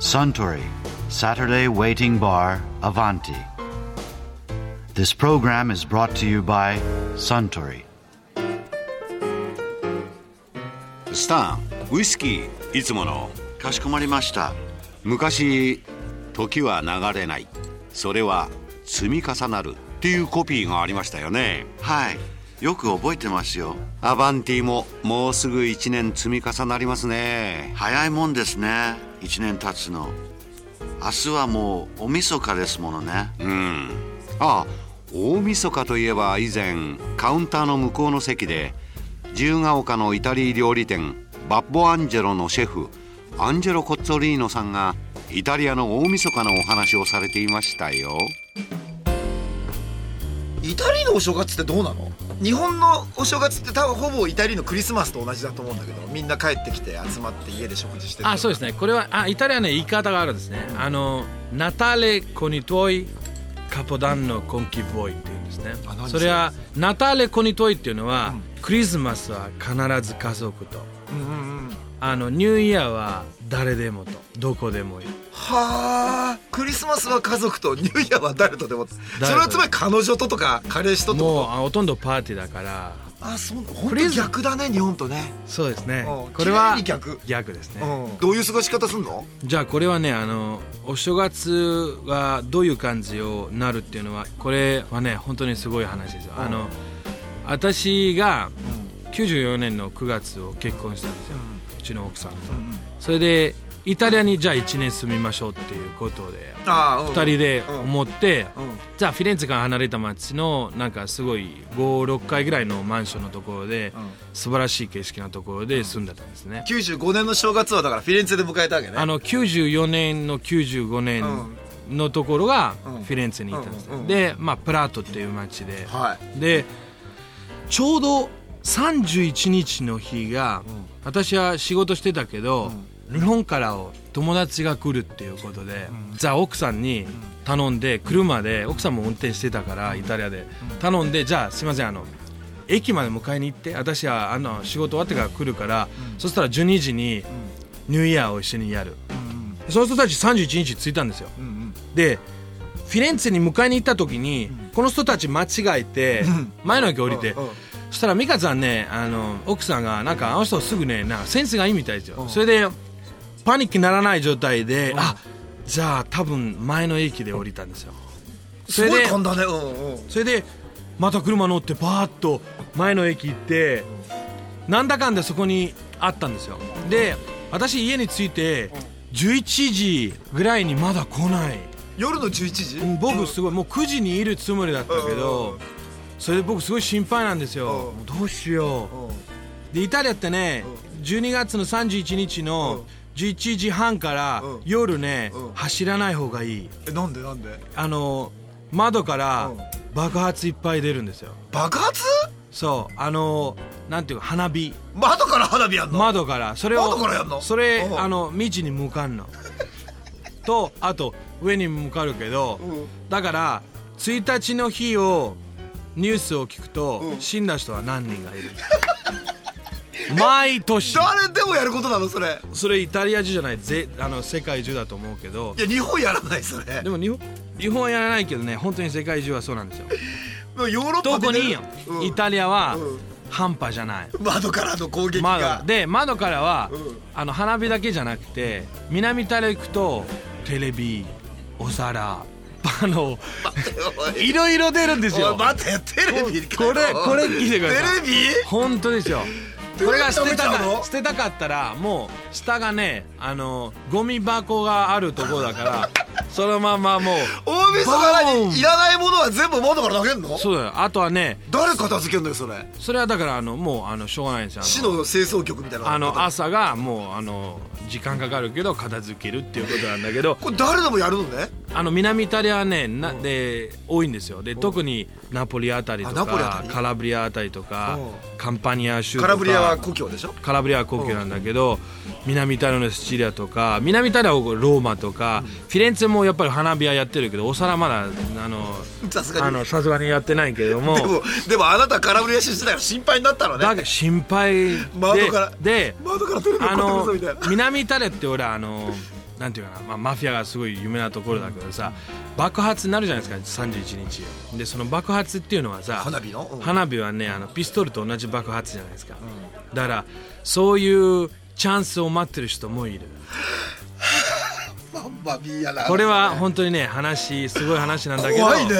Suntory, Saturday Waiting Bar, Avanti. This program is brought to you by Suntory. スタンウイスキーいつものかしこまりました昔時は流れないそれは積み重なるっていうコピーがありましたよねはいよく覚えてますよアバンティももうすぐ1年積み重なりますね早いもんですね1年経つの明日はもうおみそかですものねうんああ大晦日といえば以前カウンターの向こうの席で自由が丘のイタリー料理店バッボ・アンジェロのシェフアンジェロ・コッツォリーノさんがイタリアの大晦日のお話をされていましたよイタリーのお正月ってどうなの日本のお正月って多分ほぼイタリーのクリスマスと同じだと思うんだけどみんな帰ってきて集まって家で食事してあそうですねこれはあイタリアの言い方があるんですねあのナタレコニトイカポダンノコンキボイっていうんですねあ何それはナタレコニトイっていうのは、クリスマスは必ず家族とうんうんうんあのニューイヤーは誰でもとどこでもいいはあクリスマスは家族とニューイヤーは誰とでもそれはつまり彼女ととか彼氏とともうあほとんどパーティーだからあそう本ク当リス逆だね日本とねそうですねうんこれは綺麗に逆逆ですね、うんどういう過ごし方すんのじゃあこれはねあのお正月がどういう感じをなるっていうのはこれはね本当にすごい話ですよ、あの私が94年の9月を結婚したんですよ、うちの奥さんと、それでイタリアにじゃあ1年住みましょうっていうことでああ2人で思って、うんじゃあフィレンツェから離れた町のなんかすごい56階ぐらいのマンションのところで、素晴らしい景色のところで住んでたんですね、 95年の正月はだからフィレンツェで迎えたわけねあの94年の95年のところがうんフィレンツェに行ったんですね、うんうんで、まあ、プラートっていう町で、はいでちょうど31日の日が、私は仕事してたけど、日本からを友達が来るっていうことで、じゃあ奥さんに頼んで車で奥さんも運転してたからイタリアで頼んでじゃあすいませんあの駅まで迎えに行って私はあの仕事終わってから来るから、そしたら12時にニューイヤーを一緒にやる、その人たち31日着いたんですよ、でフィレンツェに迎えに行った時に、この人たち間違えて前の駅降りて、うんそしたら美香さんねあの奥さんがなんかあの人すぐねなんかセンスがいいみたいですよ、それでパニックにならない状態で、あじゃあ多分前の駅で降りたんですよそすれごいで勘だねうんうんそれでまた車乗ってバーッと前の駅行ってなんだかんだそこにあったんですよで私家に着いて11時ぐらいにまだ来ない夜の11時うん僕すごいもう9時にいるつもりだったけうんどそれで僕すごい心配なんですよもうどうしようんうでイタリアってね12月の31日の11時半からうん夜ねうん走らない方がいいえなんでなんであの窓からうん爆発いっぱい出るんですよ爆発そうあのなんていうか花火窓から花火やんの窓からそれを窓からやんのそれうんあの道に向かんの とあと上に向かるけど、んだから1日の日をニュースを聞くと、うん死んだ人は何人がいる 毎年誰でもやることなのそれそれイタリア中じゃないぜあの世界中だと思うけどいや日本やらないそれでも日本日本はやらないけどね本当に世界中はそうなんですよもうヨーロッパ特でにねうんイタリアはうん半端じゃない窓からの攻撃が窓で窓からは、うんあの花火だけじゃなくて南太郎行くとテレビお皿 あのおいいろいろ出るんですおいよ待てテレビかこよれこれ聞いてくださいテレビ本当ですよこれが捨てたテレビ食べちゃうかの捨てたかったらもう下がねあのゴミ箱があるところだから そのままもう大晦ボ日ーンにいらないものは全部窓から投げんのそうだよあとはね誰片付けんのよそれそれはだからあのもうあのしょうがないんですよあの市の清掃局みたいなあの朝がもうあの時間かかるけど片付けるっていうことなんだけどこれ誰でもやるのねあの南イタリアはねなで多いんですよで特にナポリあたりとあナポリあたかりカラブリアあたりとかうカンパニア州とカかラブリアは故郷でしょカラブリアは故郷なんだけど南イタリアのシチリアとか南イタリアはローマとかフィレンツェもやっぱり花火はやってるけどお皿まだあの さすがあにのさすがにやってないけれどもでもでもあなたカラブリア出身だから心配になったのだねけど心配で窓からで窓からテレビあをこうやってのくぞみたいな南イタリアって俺あのなんていうかな、まあ、マフィアがすごい有名なところだけどさ、爆発になるじゃないですか31日でその爆発っていうのはさ花火のうん花火はねあのピストルと同じ爆発じゃないですか、だからそういうチャンスを待ってる人もいるバンバビーやなこれは本当にね話すごい話なんだけど怖いね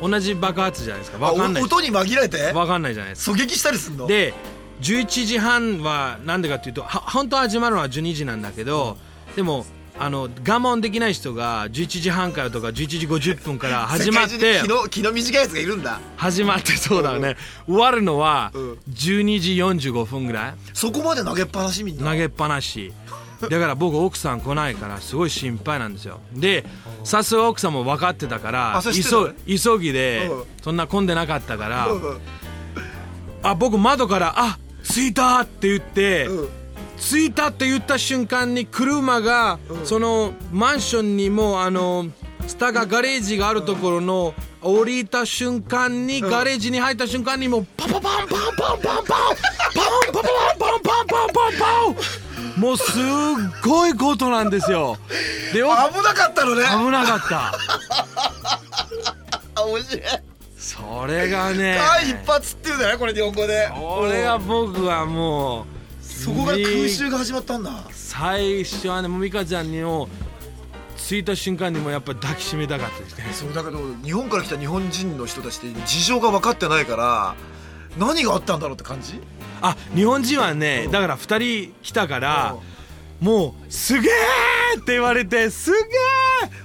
同じ爆発じゃないですかあわかんないお音に紛れてわかんないじゃないですか狙撃したりすんので11時半はなんでかっていうとは本当は始まるのは12時なんだけど、でもあの我慢できない人が11時半からとか11時50分から始まっ世界中てに気の気の短いやつがいるんだ始まってそうだね、終わるのはうん12時45分ぐらいそこまで投げっぱなしみんな投げっぱなしだから僕奥さん来ないからすごい心配なんですよでさすが奥さんも分かってたからあそれ知ってたのね急急ぎでうんそんな混んでなかったからうんうんあ僕窓から「あ着いた!」って言って、うん着いたって言った瞬間に車がそのマンションにもうあの下がガレージがあるところの降りた瞬間にガレージに入った瞬間にもうパパパンパンパンパンパンパンパンパンパンパンパンパンパンもうすっごいことなんですよでお危なかったのね危なかったあ面白いそれがね間一発っていうんだよねこれ日本語でこれが僕はもうそこから空襲が始まったんだ最初はねもみかちゃんにも着いた瞬間にもうやっぱ抱きしめたかったですねそうだけど日本から来た日本人の人たちって事情が分かってないから何があったんだろうって感じあ日本人はねだから2人来たからもう「すげえ!」って言われて「すげえ!」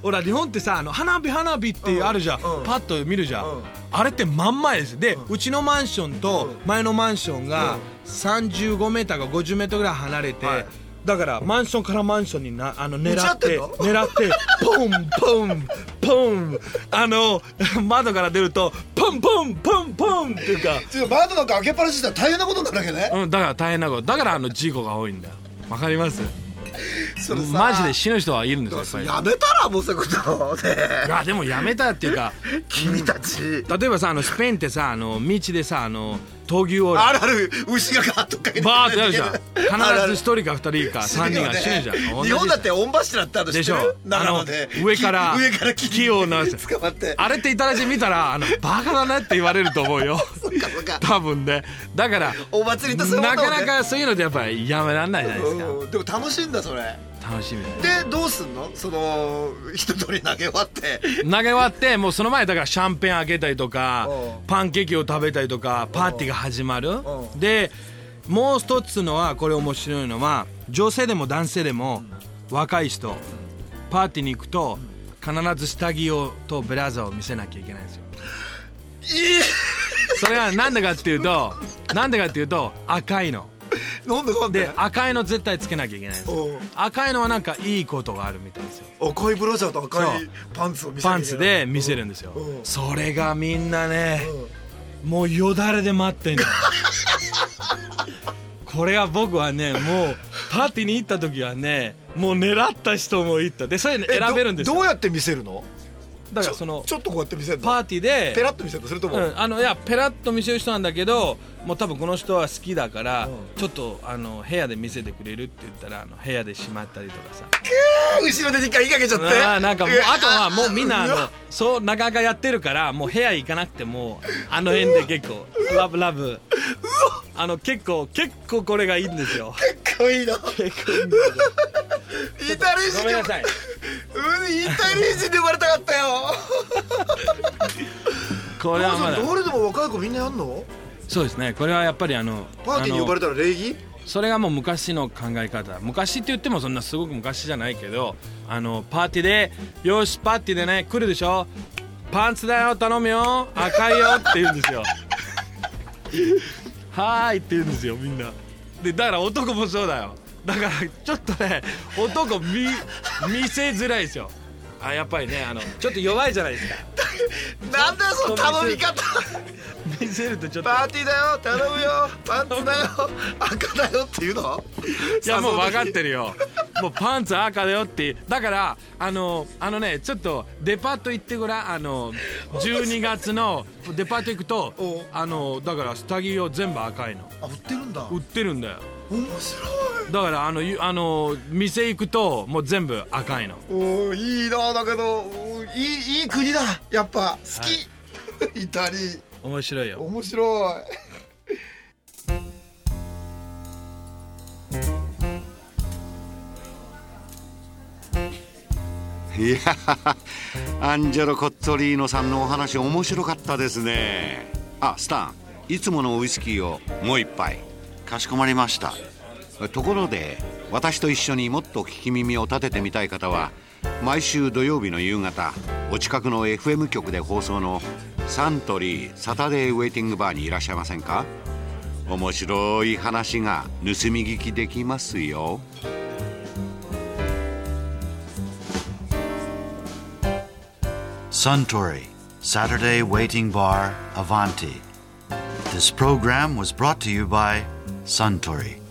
ほら日本ってさあの花火花火ってあるじゃん、うんパッと見るじゃん、うんあれって真ん前ですで、うちのマンションと前のマンションが3 5ーターか5 0ーターぐらい離れて、はいだからマンションからマンションになあの狙撃ち合っってんての狙ってポンポンポンあの 窓から出るとポンポンポンポンっていうかちょっと窓なんか開けっぱなししたら大変なことになるわけね、うん、だから大変なことだからあの事故が多いんだよわかりますそれさマジで死ぬ人はいるんですよやっぱやめたらもうそういうことねりいやでもやめたっていうか君たち例えばさあのスペインってさあの道でさあの闘牛をあバるある牛がガーッとかけてーってやるじゃん必ず一人か二人か三人が死ぬじゃん 同じ日本だって御柱ってあるの知でってしるょ長野であの上から木上から木に木を直す捕まってあれっていたらし見たらあのバカだなって言われると思うよ そっかそっか多分ねだからお祭りとそういうもなんだもかんねなかそういうのってやっぱりやめらんないじゃないですかうんでも楽しいんだそれ楽しみだねでどうすんのその一通り投げ終わって 投げ終わってもうその前だからシャンペン開けたりとかうんパンケーキを食べたりとかパーティーが始まるうんでもう一つのはこれ面白いのは女性でも男性でも若い人パーティーに行くと必ず下着をとブラザーを見せなきゃいけない んですよいいそれはなんでかっていうとなんでかっていうと赤いのなんでなんでで赤いの絶対つけなきゃいけないんですようん赤いのはなんかいいことがあるみたいですよ赤いブラジャーと赤そいうパンツを見せパンツで見せるんですようんそれがみんなねもうよだれで待ってんのこれは僕はねもうパーティーに行った時はねもう狙った人も行ったでそれ、ね、選べるんですどようやって見せるのだからそのちょっとこうやって見せるパのーティーでペラッと見せるとするともうん、あのいやペラッと見せる人なんだけどもう多分この人は好きだから、ちょっとあの部屋で見せてくれるって言ったらあの部屋でしまったりとかさ後ろで一回言いかけちゃってあーなんかもううわあとはもうみんなあうわのそうなかなかやってるからもう部屋行かなくてもあの辺で結構ラブラブあの結構結構これがいいんですよかっこいいな イタリア人ごめんなさいうんイタリア人で生まれたかったよこれはまだどれでも若い子みんなやんのそうですねこれはやっぱりあのパーティーに呼ばれたたら礼儀それがもう昔の考え方昔って言ってもそんなすごく昔じゃないけどあのパーティーで「よしパーティーでね来るでしょパンツだよ頼むよ赤いよ」って言うんですよ 「はーい」って言うんですよみんなでだから男もそうだよだからちょっとね男見見せづらいですよあやっぱりねあのちょっと弱いじゃないですかなんだよその頼み方見せるとちょっとパーティーだよ頼むよパンツだよ赤だよっていうのいやもう分かってる よもうパンツ赤だよってだからあのあのねちょっとデパート行ってごらんあの12月のデパート行くとおあのだから下着を全部赤いのあ売ってるんだ売ってるんだよ面白いだからあのゆあの店行くともう全部赤いのおーいいなだけどおーいいいい国だやっぱ好き、 イタリー面白いよ面白いいやアンジェロ・コッツォリーノさんのお話面白かったですねあスタンいつものウイスキーをもう一杯かしこまりましたところで私と一緒にもっと聞き耳を立ててみたい方は毎週土曜日の夕方お近くの FM 局で放送のサントリーサタデーウェイティングバーにいらっしゃいませんか面白い話が盗み聞きできますよ Suntory Saturday Waiting Bar Avanti This program was brought to you by Suntory